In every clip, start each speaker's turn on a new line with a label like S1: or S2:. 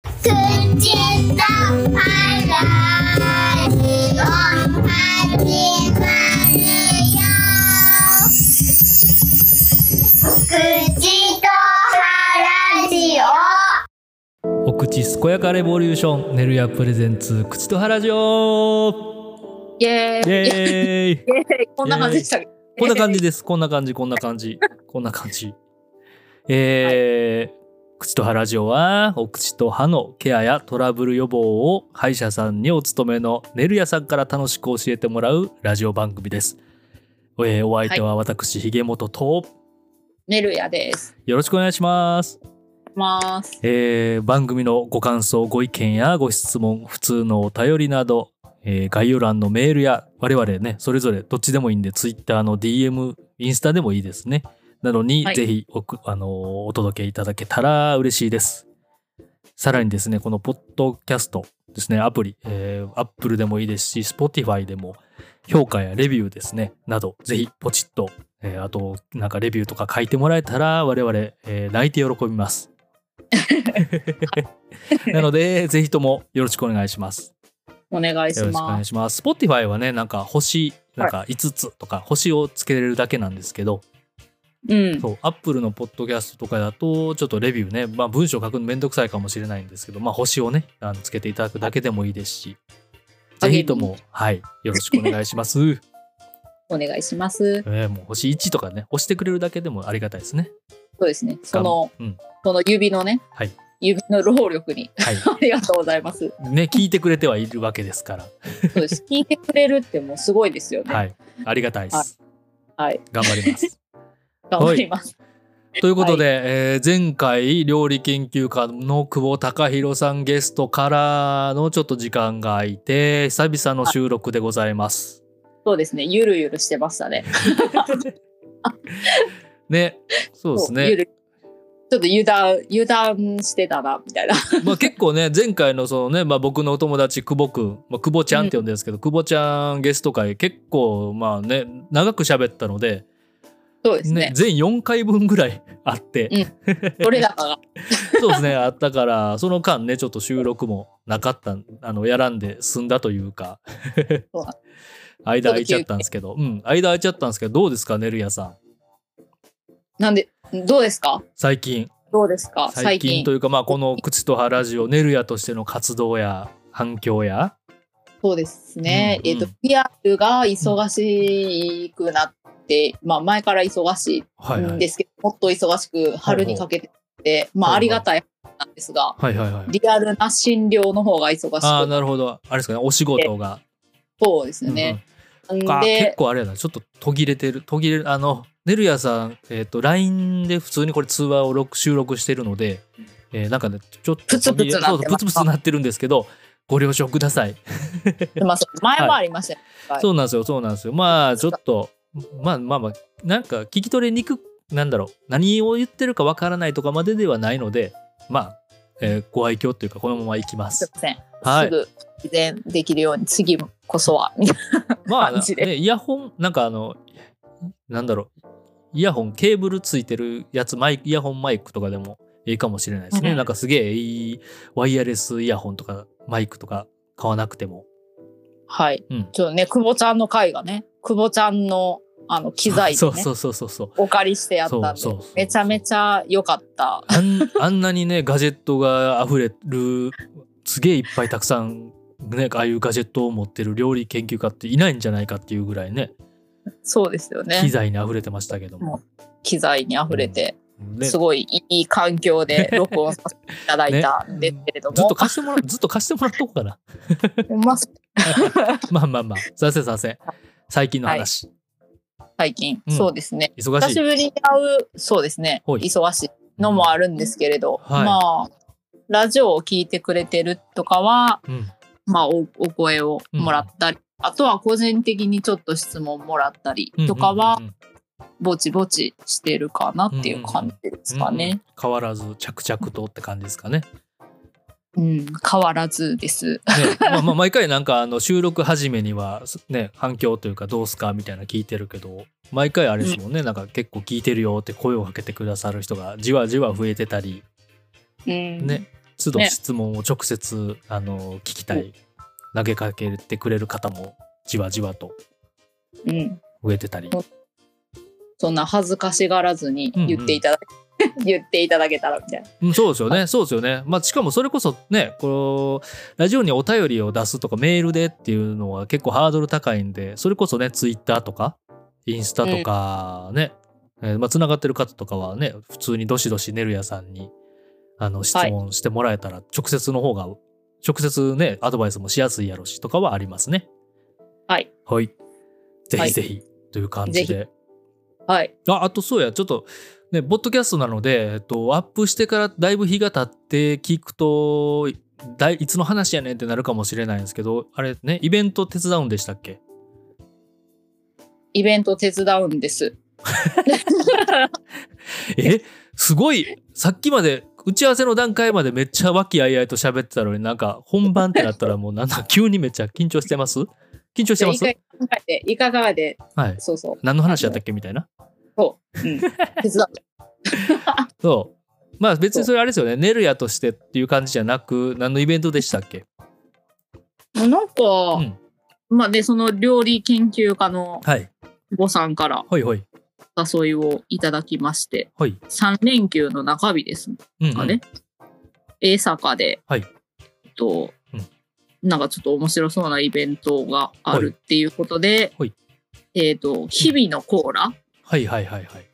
S1: 口と笑いを始まるよ口と腹ジオ
S2: お口健やかレボリューションねるやプレゼンツ口と原ジオ
S3: イエーイ
S2: イエーイ
S3: イエーイこんな感じでしたけど
S2: こんな感じですこんな感じこんな感じこんな感じえー口と原ジオはお口と歯のケアやトラブル予防を歯医者さんにお勤めのねるやさんから楽しく教えてもらうラジオ番組です、えーお相手は私、ひげもとと
S3: メルヤです。
S2: よろしくお願いします
S3: ます。
S2: えー番組のご感想ご意見やご質問普通のお便りなど、えー概要欄のメールや我々ねそれぞれどっちでもいいんで Twitter の DM インスタでもいいですねなのに、
S3: はい
S2: ぜひおく、あのーお届けいただけたら嬉しいですさらにですねこのポッドキャストですねアプリ、えー、Apple でもいいですし Spotify でも評価やレビューですねなどぜひポチッと、えーあとなんかレビューとか書いてもらえたら我々、えー泣いて喜びます なので、ぜひともよろしくお願いします。
S3: お願いし
S2: よろしくお願
S3: ま
S2: い
S3: す。
S2: します。Spotify はね、なんか星、なんか5つとか、星をつけれるだけなんですけど、
S3: うん。
S2: そう、Apple のポッドキャストとかだと、ちょっとレビューね、まあ文章書くのめんどくさいかもしれないんですけど、まあ星をね、あのつけていただくだけでもいいですし、
S3: あ
S2: ぜひとも、はい、よろしくお願いします。
S3: お願いします。
S2: えーもう星1とかね、押してくれるだけでもありがたいですね。
S3: そうですね。その、
S2: うん
S3: その指のね、
S2: はい
S3: 指の労力に
S2: はい。
S3: ありがとうございます。
S2: ね、聞いてくれてはいるわけですから、
S3: そうです。聞いてくれるってもうすごいですよね。。
S2: はいい、ありがたいです。
S3: はい、
S2: 頑張ります。
S3: 頑張ります。
S2: ということで、えー前回料理研究家の久保隆弘さんゲストからのちょっと時間が空いて久々の収録でございます。
S3: そうですね。ゆるゆるしてましたね。
S2: ね そうです
S3: ゆ
S2: ね、
S3: るちょっと油断、油断してたな、みたいな。
S2: まあ、結構ね前回のその、ねまあ、僕のお友達久保くん、まあ、久保ちゃんって呼んでるんですけど、久保ちゃんゲスト会結構まあね長く喋ったので、
S3: そうです
S2: ね
S3: ね。
S2: 全4回分ぐらいあって、
S3: うんどれだかが。
S2: そうですね、 あったから、その間ね、ちょっと収録もなかったん、あの、やらんで済んだというか
S3: そうだ、
S2: 間空いちゃったんですけど、うん、間空いちゃったんですけど、どうですか、ねるやさん。
S3: なんで、どうですか
S2: 最近、
S3: どうですか
S2: 最
S3: 最
S2: 近
S3: 近
S2: と。いうか、まあ、この口と葉ラジオ、ねるやとしての活動や、反響や、
S3: そうですね。
S2: うんうん
S3: えっ、と、リアルが忙しくなって、まあ前から忙しい
S2: はいは
S3: ん
S2: い。
S3: ですけど、もっと忙しく春にかけてて、ま
S2: はいはい
S3: あありがたい話なんですが、
S2: はいはいはい。
S3: リアルな診療の方が忙
S2: ああ、
S3: しく
S2: なるほど。あれですかね、お仕事が。
S3: そうです
S2: うんうん
S3: ね。
S2: あ
S3: ん
S2: 結
S3: で、
S2: 構あれやな、ちょっと途切れてる、途切れる、あの、ねるやさん、えっ、と、LINE で普通にこれ通話を録収録してるので、えーなんかね、ちょっと
S3: プツ
S2: 途
S3: プツ
S2: 切れ
S3: なって
S2: そうそ
S3: ます
S2: うプツプツなってるんですけど、ご了承ください。
S3: すいません前もありましたね。はい
S2: そうなんですよ、そうなんですよ。まあ、ちょっと、まあまあまあ、なんか聞き取れにくく、なんだろう、何を言ってるかわからないとかまでではないので、まあ、えーご愛嬌というか、このままいきますす
S3: い。ません。
S2: はい
S3: すぐ改善できるように、次こそは、みたい
S2: まあ、
S3: 感じで
S2: ね、イヤホン、なんかあの、なんだろう、イヤホン、ケーブルついてるやつ、マイク、イヤホンマイクとかでもいいかもしれないですね。
S3: うん
S2: なんかすげえいいワイヤレスイヤホンとかマイクとか買わなくても。
S3: な。はい。
S2: うん
S3: ちょっとね、久保ちゃんの会がね、久保ちゃんのあの機 材
S2: そ
S3: で
S2: う
S3: ね、
S2: そうそうそうそう。
S3: お借りしてやったんで、
S2: そうそうそう
S3: めちゃめちゃ良かった。
S2: あんあんなにね、ガジェットが溢れる、すげえいっぱいたくさん、ね、ああいうガジェットを持ってる料理研究家っていないんじゃないかっていうぐらいね、
S3: そうですよ
S2: 機
S3: ね。
S2: 材に溢れてましたけども。
S3: 機材に溢れて、
S2: ね、
S3: すごいいい環境で 録音させていただいたんですけれど
S2: ずっ
S3: も
S2: と、貸してもらう、ずっと貸してもらっとこうかな。
S3: ほんま
S2: まあまあまあ、すいませんすいません。最近の話。
S3: 最近、
S2: うん
S3: そうですね。
S2: 忙
S3: 久
S2: し
S3: し
S2: い。
S3: ぶりに会う、そうですね。
S2: はい
S3: 忙しいのもあるんですけれど、
S2: はい
S3: まあ、ラジオを聞いてくれてるとかは、
S2: うん。
S3: まあ、おお声をもらったり、あとは個人的にちょっと質問もらったりとかは
S2: うん、うん
S3: ぼちぼちしてるかなっていう感じですか
S2: うんう
S3: ね
S2: ん。変わらず着々とって感じですかね。ね
S3: うん、変わらずです。
S2: まあまあ 毎回なんかあの収録始めにはね反響というかどうすかみたいなの聞いてるけど毎回あれですもんね、なんか結構聞いてるよって声をかけてくださる人がじわじわ増えてたり
S3: うん、
S2: ね、都度
S3: ね
S2: 質問を直接、あの聞きたい投げかけてくれる方もじわじわと
S3: うん、
S2: 増えてたり
S3: そんな恥ずかしがらずに言っていただけ、 言っていただけたらみたいな。
S2: うん、そうですよね、そうですよね。まあ、しかもそれこそね、このラジオにお便りを出すとか、メールでっていうのは結構ハードル高いんで、それこそね、ツイッターとか、インスタとかね、えーまあ、つながってる方とかはね、普通にどしどしねるやさんにあの質問してもらえたら、直接の方が、直接ね、アドバイスもしやすいやろしとかはありますね。
S3: はい。
S2: はい。ぜ
S3: は
S2: ひ
S3: い
S2: ぜひという感じ
S3: ぜ
S2: で。
S3: はい。
S2: あ、あとそうや、ちょっと、ね、ポッドキャストなので、えっと、アップしてからだいぶ日が経って聞くと、だいいつの話やねんってなるかもしれないんですけど、あれね、イベント手伝うんでしたっけ
S3: イベント手伝うんです。
S2: えすごいさっきまで、打ち合わせの段階までめっちゃ和気あいあいと喋ってたのになんか本番ってなったらもうなんだ、急にめっちゃ緊張してます緊張してます
S3: いかがで、いかがで、
S2: はい。
S3: そうそう。
S2: 何の話やったっけみたいな。
S3: そ う。うん、手伝う。
S2: そう。まあ別にそれあれですよね。ネルヤとしてっていう感じじゃなく、何のイベントでしたっけ
S3: なんか、
S2: うん
S3: まあで、その料理研究家の
S2: はい。
S3: お坊さんから
S2: ほいほい。
S3: お誘いをいただきまして、
S2: ほい。
S3: 3連休の中日です
S2: うん、うん。
S3: かね。A 坂で、
S2: はい
S3: えっと、
S2: うん
S3: なんかちょっと面白そうなイベントがあるっていうことで、
S2: はい
S3: えっ、と、日々のコーラ、
S2: はいはいはいはい。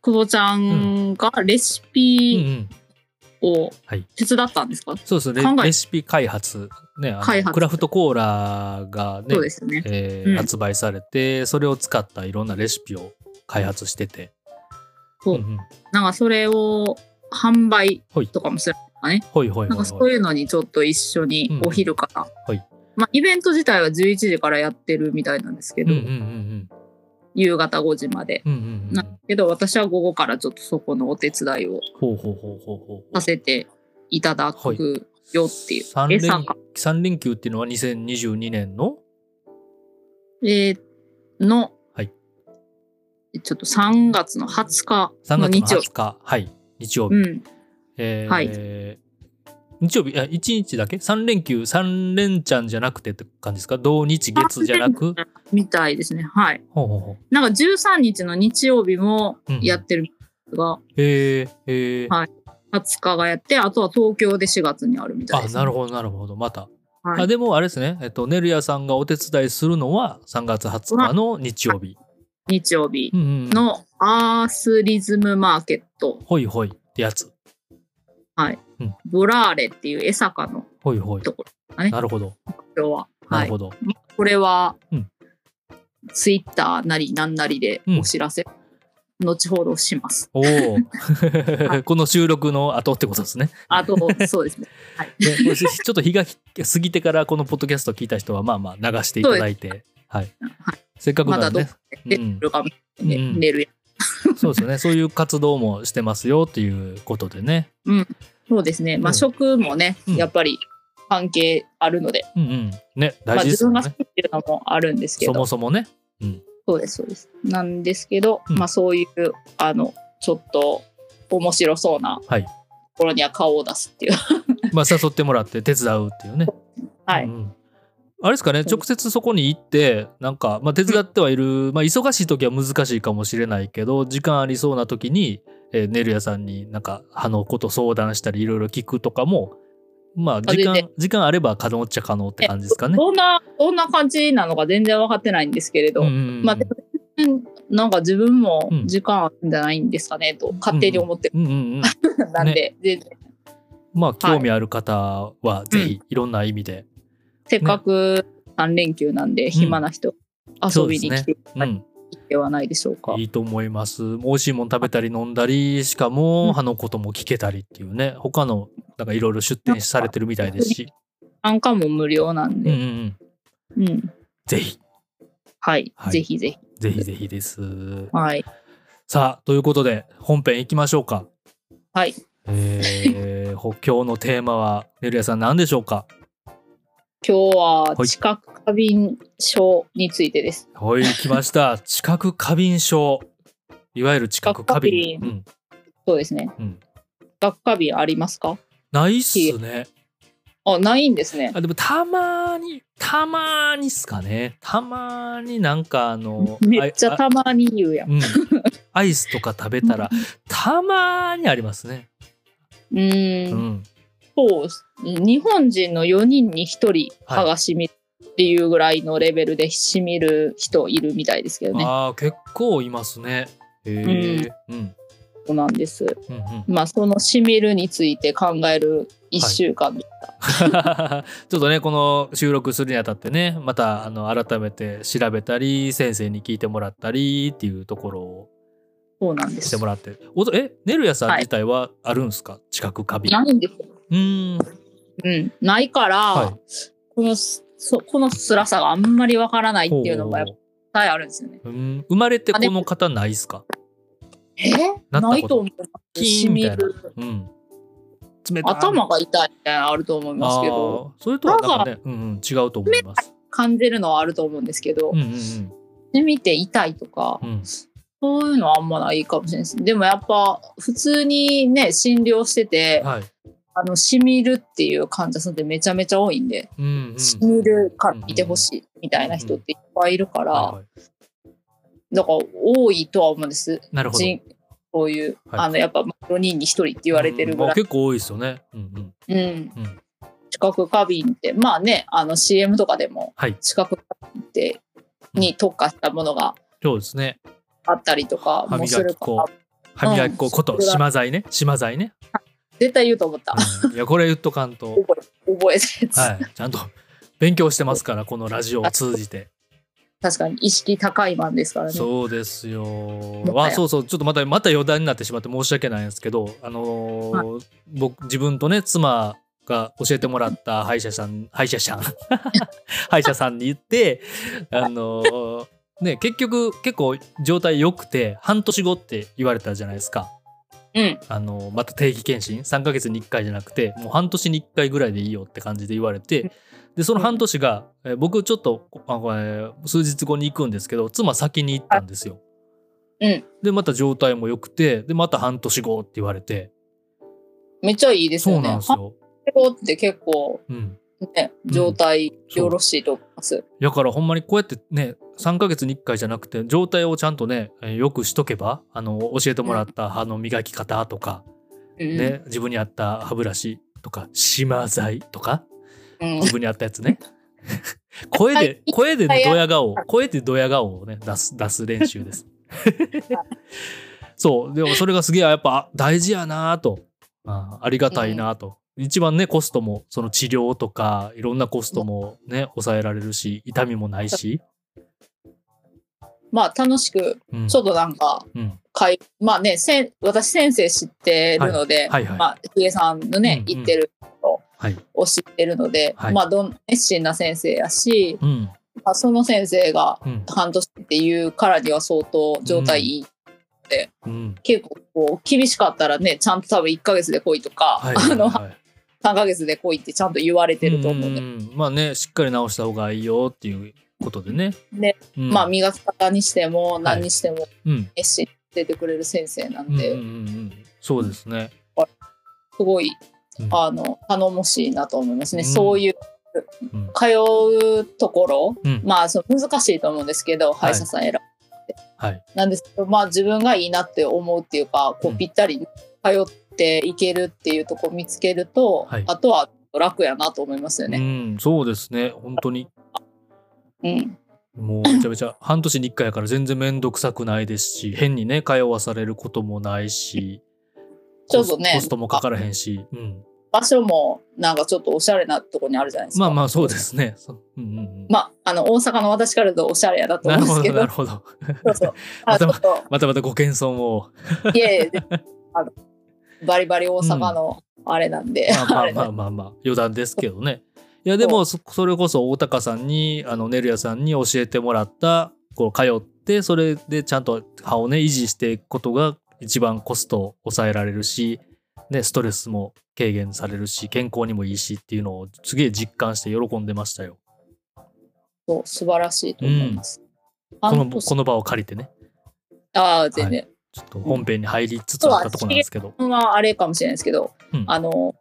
S3: 久保ちゃんがレシ
S2: うんう
S3: ピ
S2: ん、
S3: を
S2: はい
S3: 手伝ったんですか、
S2: そうですね
S3: 考え
S2: レレシピ開発,、ね、あの
S3: 開発
S2: クラフトコーラが、ね
S3: そうですね。
S2: えー
S3: うん
S2: 発売されてそれを使ったいろんなレシピを開発してて
S3: そうん
S2: ん
S3: なんかそれを販売
S2: はい
S3: とかもする。
S2: ほいほい
S3: なん
S2: ほ
S3: か
S2: い
S3: そう
S2: ほい
S3: いうのにちょっと一緒に
S2: うん
S3: お昼から。
S2: はい
S3: まあ、イベント自体は11時からやってるみたいなんですけ
S2: うん
S3: ど、
S2: うんうん
S3: 夕方5時まで。
S2: うんうんうんう
S3: なん
S2: ん
S3: けど私は午後からちょっとそこのお手伝いを
S2: ほうほうほうほうほう
S3: させていただくよっていう。
S2: 三連
S3: 餌か
S2: 三連休っていうのは2022年の
S3: えーの、
S2: はい
S3: ちょっと3月の20日
S2: 3月の
S3: の日曜
S2: 20日はい日曜日、
S3: うん、
S2: えー
S3: はい
S2: 日曜日あ一日だけ三連休三連ちゃんじゃなくてって感じですか土日月じゃなく
S3: みたいですね。はい。
S2: ほうほうほう
S3: なんか13日の日曜日もやってるんですが、
S2: えー、えー
S3: はい20日がやって、あとは東京で4月にあるみたい
S2: あ
S3: です、
S2: なるほどなるほどまた、
S3: はい
S2: あでもあれですねえっとねるやさんがお手伝いするのは3月20日の日曜日、
S3: 日曜日
S2: うんうん、
S3: のアースリズムマーケット、
S2: ほいほいってやつ
S3: ボラーレっていう江坂の
S2: ほいほい
S3: ところだね、
S2: なるほど
S3: これは。
S2: な
S3: は
S2: る
S3: い
S2: ほ。ど、
S3: これは、
S2: うん
S3: ツイッターなりなんなりでお知らせ、後ほどします。
S2: おお この収録の後ってことですね
S3: あ と、そうですね。はい。
S2: ねこれちょっと日が過ぎてからこのポッドキャストを聞いた人はまあまあ流していただいてはい
S3: は
S2: せっかく
S3: ま
S2: な
S3: だ
S2: ん
S3: ど
S2: で
S3: っ
S2: ね
S3: かで出てるかもしれない
S2: うん
S3: 寝るや
S2: そうですよねそういう活動もしてますよっていうことでね
S3: そうですね。
S2: う
S3: まあ、
S2: ん
S3: 食もね、
S2: うん
S3: やっぱり関係あるので、
S2: うんうんね
S3: ま
S2: 大
S3: あ、
S2: 事で
S3: 自
S2: すよ
S3: 分が
S2: ね、
S3: 好きっていうのもあるんですけ
S2: そ
S3: ど、
S2: もそもね
S3: そうです、そうです。なんですけど、
S2: うん
S3: まあ、そういう、あの、ちょっと面白そうなと
S2: はい
S3: ころには顔を出す っていう。
S2: まあ誘ってもらって手伝うっていうね
S3: はい。
S2: うんうんあれですかね直接そこに行ってなんか、まあ、手伝ってはいる、まあ、忙しい時は難しいかもしれないけど時間ありそうな時に、えー、ネルヤさんになんかあのこと相談したりいろいろ聞くとかもまあ時
S3: 全
S2: 間
S3: 然
S2: 時間あれば可能っちゃ可能って感じですかね。
S3: どんな、どんな感じなのか全然分かってないんですけれど、
S2: うんうんうん
S3: まあ、でも全然なんか自分も
S2: うん
S3: 時間あるんじゃないんですかねと勝手に思ってる、
S2: うんうんうん、
S3: なんで、全然
S2: まあ興味ある方はぜひいろんな意味で、
S3: せっかく3連休なんで暇な人、遊びに来ていただ
S2: うん、
S3: いてはないでしょうか。
S2: いいと思います。美味しいもん食べたり飲んだり、しかも、歯のことも聞けたりっていうね、他の、なんかいろいろ出店されてるみたいですし、
S3: 参加も無料なん
S2: うんうんう
S3: で、
S2: ん、
S3: うん
S2: ぜひ、
S3: はい、
S2: はい
S3: ぜひぜひ。
S2: ぜひぜひです。
S3: はい、
S2: さあ、ということで、本編行きましょうか。
S3: はい、
S2: えー、 ほ今日のテーマは、ねるやさん何でしょうか
S3: 今日は
S2: はい
S3: 知覚過敏症についてです。
S2: はい、来ま した。知覚過敏症。いわゆる知覚過敏。
S3: 知覚過
S2: うん、
S3: そうですね。
S2: うん
S3: 学科日ありますか？
S2: ないっすね。
S3: あ、ないんですね。
S2: あでもたまにたまにっすかねたまになんかあの
S3: めっちゃ
S2: あ
S3: たまに言うやん。
S2: うん、アイスとか食べたらたまにありますね。
S3: うー。
S2: うんん、
S3: そうっす。日本人の4人に1人歯がしみるっていうぐらいのレベルでしみる人いるみたいですけどね。
S2: ああ結構いますね。へえ、うん、
S3: そうなんです。
S2: うん、うん。
S3: まあ、そのしみるについて考える1週間でした。
S2: ちょっとねこの収録するにあたってねまたあの改めて調べたり先生に聞いてもらったりっていうところを
S3: そうなんで
S2: し
S3: す
S2: て。もらっておとえネルヤさん
S3: はい
S2: 自体はあるんですか、近くカビ
S3: ないんですよ。
S2: うーん
S3: うん。ないから、
S2: はい
S3: このす、そこの辛さがあんまりわからないっていうのがやっ
S2: ほ
S3: ぱりあるんですよね。
S2: ううん生まれてこの方ないですか
S3: え
S2: なったこと
S3: ないと思います。
S2: キ
S3: し
S2: ーンみ
S3: み
S2: たいな
S3: る。
S2: うん冷たい
S3: 頭が痛いみたいなのあると思いますけど、
S2: あーそれとはなんかね、うんうん、違うと思います。
S3: 感じるのはあると思うんですけど
S2: うん、うん
S3: しみて痛いとか
S2: う、んうん
S3: そういうのはあんまないかもしれないです。でもやっぱ、普通にね、診療してて、
S2: はい
S3: あの、しみるっていう患者さんってめちゃめちゃ多いんで、
S2: うんうん
S3: しみるからいてほしいみたいな人っていっぱいいるか
S2: はい
S3: ら、
S2: はい
S3: だから多いとは思うんです。
S2: なるほど
S3: 人こういう、
S2: はい
S3: あのやっぱ4人に1人って言われてるぐ
S2: うんま
S3: ら
S2: あ
S3: い、
S2: 結構多いですよね。うんうん
S3: うん
S2: ん
S3: 知覚過敏ってまあねあの CM とかでも
S2: はい
S3: 知覚過敏ってに特化したものが
S2: そうですね。
S3: あったりとか
S2: 歯
S3: もす
S2: 磨
S3: る
S2: き
S3: から
S2: 粉歯磨き粉こと
S3: それは
S2: 島材ね島材ね。
S3: 絶対言うと思った、
S2: うんいやこれ言っとかんと
S3: 覚え覚えたやつ、
S2: はいちゃんと勉強してますからこのラジオを通じて。
S3: 確かに意識高いマンですからね
S2: そうですよ。
S3: もは
S2: あ、
S3: や
S2: そうそう、ちょっとまた、また余談になってしまって申し訳ないんですけど、あのー僕、自分とね、妻が教えてもらった歯医者さん、歯医者 さん、歯医者さんに行って、あのーね、結局、結構状態良くて、半年後って言われたじゃないですか。
S3: うん
S2: あのーまた定期検診、3ヶ月に1回じゃなくて、もう半年に1回ぐらいでいいよって感じで言われて、でその半年が、えー僕ちょっとあこれ数日後に行くんですけど妻先に行ったんですよ。
S3: うん
S2: でまた状態も良くてでまた半年後って言われて
S3: めっちゃいいです
S2: そう
S3: よね
S2: なんですよ。
S3: 反応って結構
S2: うん、
S3: ね状態よろしいと思います、
S2: だからほんまにこうやってね3ヶ月に1回じゃなくて状態をちゃんとね、えーよくしとけばあの教えてもらった歯の磨き方とか、
S3: うん
S2: ね、自分に合った歯ブラシとかしま剤とか
S3: うん
S2: 自分に合ったやつね。 声
S3: はい
S2: で、声でね、ドヤ顔、声でドヤ顔をね、出す、出す練習です。 そう、でもそれがすげえ、やっぱあ大事やなぁと、あありがたいなぁと。一番ね、コストも、その治療とか、いろんなコストもね、抑えられるし、痛みもないし。
S3: まあ楽しく
S2: うん、
S3: ちょっとなんか
S2: うん、
S3: かいまあねせん私先生知ってるの
S2: はい
S3: で、
S2: はいはい
S3: まあひえさんのね、
S2: うんうん
S3: 言ってること
S2: はい。
S3: を知ってるので、
S2: はい
S3: まあどん熱心な先生やし、
S2: うん、
S3: まあ、その先生が
S2: うん、
S3: 半年っていうからには相当状態いい、
S2: うん。
S3: 結構こう厳しかったらねちゃんと多分1ヶ月で来いとか、
S2: はい。
S3: あの
S2: はい
S3: 3ヶ月で来いってちゃんと言われてると思うんで、
S2: んまあね、しっかり直した方がいいよっていうことでね。
S3: ね
S2: うん、
S3: まあ磨き方にしても何にしても
S2: うん、
S3: 熱心に教えてくれる先生なん
S2: うん、うん、
S3: で、
S2: うんうん。そうですね。
S3: すごい、
S2: うん
S3: あの頼もしいなと思いますね、
S2: うん
S3: そういう
S2: うん
S3: 通うところ、
S2: うん
S3: まあその難しいと思うんですけ
S2: は
S3: ど、
S2: い
S3: 歯医者さん選ぶって
S2: はい
S3: なんですけどまあ自分がいいなって思うっていうかこ
S2: う
S3: うんぴったり通っていけるっていうとこ見つけると、
S2: はい
S3: あとは楽やなと思いますよ
S2: う
S3: ね。
S2: ん、そうですね。本当に
S3: うん、
S2: もうめちゃめちゃ 半年に1回やから全然面倒くさくないですし、変にね通わされることもないし、
S3: ちょっとね
S2: コスコストもかからへんし、うん、
S3: 場所もなんかちょっとおしゃれなとこにあるじゃないですか。
S2: まあまあそうですね。そ うんうんうん、
S3: まあ、あの大阪の私から言うとおしゃれやなと
S2: な
S3: 思う
S2: るほ
S3: んですけ
S2: ど
S3: ど
S2: なるほど。
S3: そうそうあ
S2: ま
S3: ち
S2: た
S3: ょっと
S2: またまたご謙遜を。
S3: いやいや でもあのバリバリ大阪のあれなんで、
S2: まあま
S3: あ
S2: あ
S3: れ
S2: ま
S3: な
S2: あ
S3: んで
S2: まあまあ余談ですけどね。いやでもそそれこそ大高さんにあのネルヤさんに教えてもらったこう通ってそれでちゃんと歯をね維持していくことが一番コストを抑えられるし、ね、ストレスも軽減されるし健康にもいいしっていうのをすげえ実感して喜んでましたよ。
S3: そう素晴らしいと思います。
S2: この
S3: 半年
S2: この場を借りてね
S3: ああ全然、
S2: ちょっと本編に入りつつあったところなんですけど。
S3: まああれかもしれないですけど、
S2: うん
S3: あの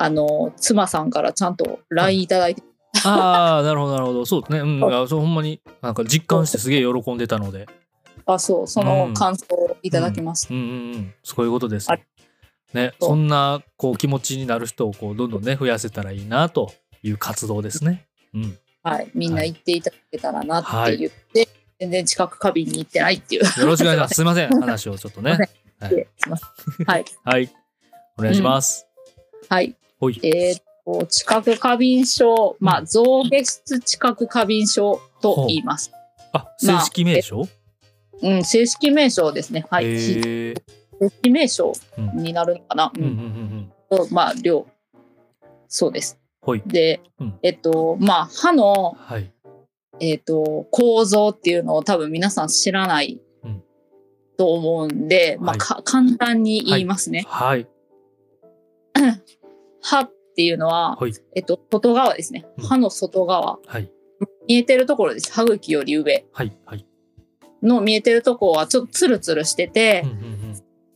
S3: あの、妻さんからちゃんと LINE いただいて、
S2: ああ、なるほど、なるほど。そうですね。うん。あそうほんまに、なんか実感してすげえ喜んでたので。
S3: あ、そう、その感想をいただきました。
S2: うんうんうん。そういうことですね。ね、
S3: そう
S2: そんなこう気持ちになる人をこうどんどんね増やせたらいいなという活動ですね。うん、
S3: はい。みんな行っていただけたらなって言って、全然近く過敏に行ってないっていう。
S2: よろしくお願い します。すいません、話をちょっとね。はい
S3: すいませんはい。
S2: はい、お願いします。
S3: はい。
S2: ほい。
S3: えーっと、知覚過敏症、ま
S2: う
S3: あ、増月知覚過敏症と言います。
S2: あ、正式名称？
S3: うん、正式名称ですね。はい。非
S2: へえ。
S3: 正式名称になるのかな。
S2: うん
S3: う
S2: うんう
S3: ん
S2: んうん。
S3: とまあ量そうです。
S2: ほい。
S3: で、
S2: うん
S3: えっとまあ歯の、
S2: はい。
S3: えっと、構造っていうのを多分皆さん知らない
S2: うん
S3: と思うんで、ま
S2: は
S3: あ、
S2: い
S3: か簡単に言いますね。
S2: はい。
S3: 歯っていうのは、
S2: ほい。
S3: えっと、外側ですね
S2: うん。
S3: 歯の外側、
S2: はい。
S3: 見えてるところです。歯茎より上
S2: はい。はい。
S3: の見えてるところはちょっとツルツルしてて、
S2: うんうん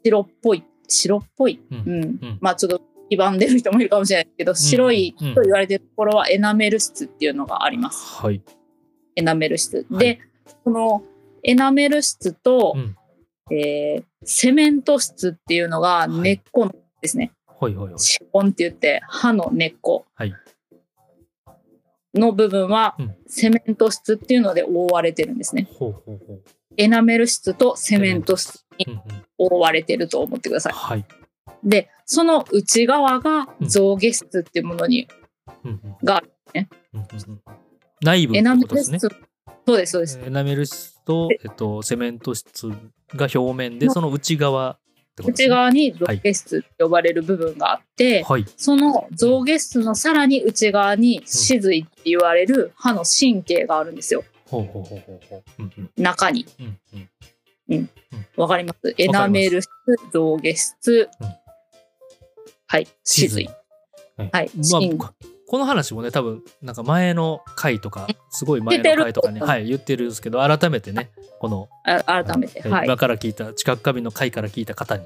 S3: 白っぽい白っぽい、
S2: うん
S3: うん
S2: ん
S3: まあちょっと黄ばんでる人もいるかもしれないけど、白いと言われてるところはエナメル質っていうのがあり
S2: うん。
S3: ます。
S2: はい。
S3: エナメル質。
S2: はい
S3: で、このエナメル質と、
S2: うん
S3: えーセメント質っていうのが
S2: い
S3: 根っこのですね、
S2: ほいほいほい。
S3: 歯根って言って歯の根っこ
S2: はい
S3: の部分は
S2: うん
S3: セメント質っていうので覆われてるんですね。
S2: ほうほうほう。
S3: エナメル質とセメント質に
S2: うんうん。
S3: 覆われてると思ってください。
S2: はい。
S3: で、その内側が
S2: うん
S3: 象牙質っていうものに、
S2: うんうん。
S3: が、ね
S2: うんうんうん。内部っ
S3: エ
S2: て
S3: ナメ
S2: こと
S3: ル
S2: です
S3: 質、
S2: ね。
S3: そうです、そうです。
S2: エナメル質と、えっと、セメント質が表面で、その内側ってことです、ね、
S3: 内側に象牙質って呼ばれる部分があって、
S2: はい。
S3: その象牙質のさらに内側に歯髄って言われる歯の神経があるんですよ
S2: ほうほうほうほうほう。うんうん
S3: 中に
S2: うんうん
S3: わかりますエナメル質象牙質、
S2: うん
S3: はい
S2: 地
S3: 歯
S2: 図
S3: 髄
S2: はい
S3: はい
S2: まあ
S3: 神
S2: ここの話もね多分なんか前の回とかすごい前の回とかに、
S3: 言ってる
S2: はい、言ってるんですけど改めてねこの
S3: あ改めて
S2: は
S3: はいい、
S2: 今から聞いた知覚過敏の回から聞いた方に、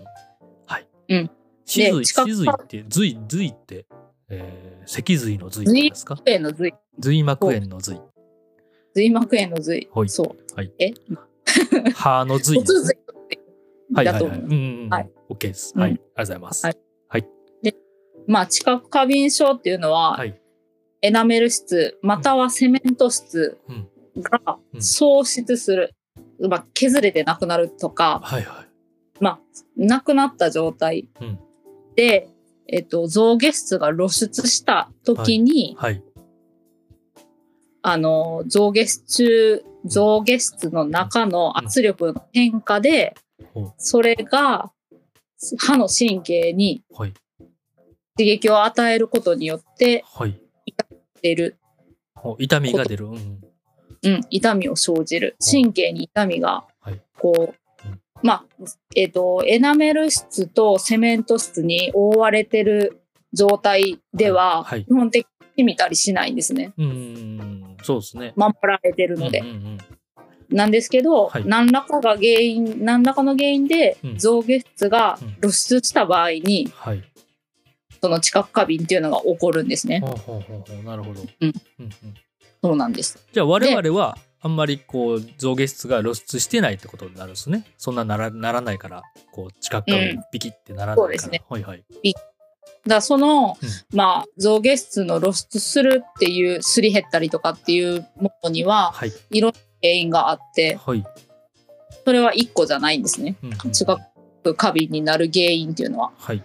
S2: はい
S3: うん
S2: 地
S3: で
S2: 髄
S3: 知覚
S2: 地髄って髄髄って、えー、脊髄の髄ですか
S3: 髄の髄
S2: 髄膜炎の髄
S3: 髄膜炎の髄、
S2: はい
S3: そう
S2: 歯の髄で
S3: 骨
S2: すね
S3: 髄の髄
S2: はいは
S3: だ
S2: い
S3: と
S2: は
S3: 思
S2: い、
S3: う
S2: うんうんうん、
S3: は
S2: OK です、
S3: うん
S2: はいありがとうございます、
S3: はいまあ知覚過敏症っていうのは、
S2: はい
S3: エナメル質またはセメント質
S2: うん
S3: が
S2: うん
S3: 喪失する、まあ、削れてなくなるとか、
S2: はいはい
S3: まあ、なくなった状態
S2: うん
S3: で、えっと、象牙質が露出した時に、
S2: はい
S3: あの、象牙質中、象牙質の中の圧力の変化で、
S2: ほ
S3: それが歯の神経に
S2: うはい
S3: 刺激を与えることによって
S2: はい
S3: 出る、
S2: ほう痛みが出る、うん、
S3: うん、痛みを生じる。神経に痛みが
S2: はい、
S3: こ
S2: う
S3: う、
S2: ん
S3: まあ、えっと、エナメル質とセメント質に覆われてる状態で
S2: はい
S3: は、
S2: はい
S3: 基本的に見たりしないんですね。
S2: うんそうですね
S3: 守られてるので。
S2: うんうんうん
S3: なんですけど、
S2: はい
S3: 何らかが原因、何らかの原因で
S2: うん、
S3: 増月質が
S2: うん
S3: 露出した場合に、
S2: はい
S3: その知覚過敏っていうのが起こるんですね。
S2: ほうほうほうほうなるほど、
S3: うん
S2: うん
S3: そうなんです。
S2: じゃあ我々はあんまりこう象牙質が露出してないってことになるんですねそんなならならないからこう近くから
S3: うん
S2: ビキってならないから、
S3: そうですね
S2: はいはい
S3: だからその、
S2: う
S3: まあ、増月質の露出するっていう、すり減ったりとかっていうものには、
S2: はい
S3: いろんな原因があって、
S2: はい、
S3: それは1個じゃないんですね。
S2: うんうん
S3: 知覚過敏になる原因っていうのは。
S2: はい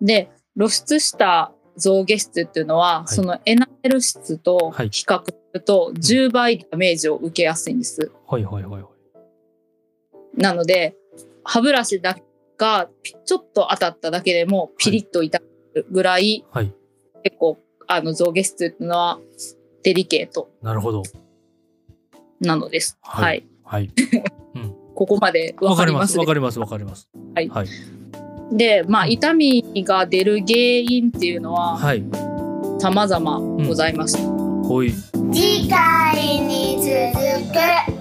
S3: で、露出した増下質っていうのは、
S2: い
S3: そのエナメル質と
S2: はい
S3: 比較すると10倍ダメージを受けやすいんです。
S2: はいはいはいはい
S3: なので、歯ブラシだけがピちょっと当たっただけでもピリッと痛くなるぐらい、
S2: はい
S3: 結構、あの、増下質っていうのはデリケート
S2: なるほど
S3: なのです。
S2: は
S3: はいい。
S2: はい
S3: ここまで
S2: わ
S3: わ
S2: か
S3: か
S2: り
S3: り
S2: ま
S3: ますす
S2: わ
S3: ね
S2: かりますわかります
S3: はい
S2: はい、
S3: で、まあ、痛みが出る原因っていうのは、
S2: はい、
S3: 様々ございます。
S2: ほい
S1: 次回に続く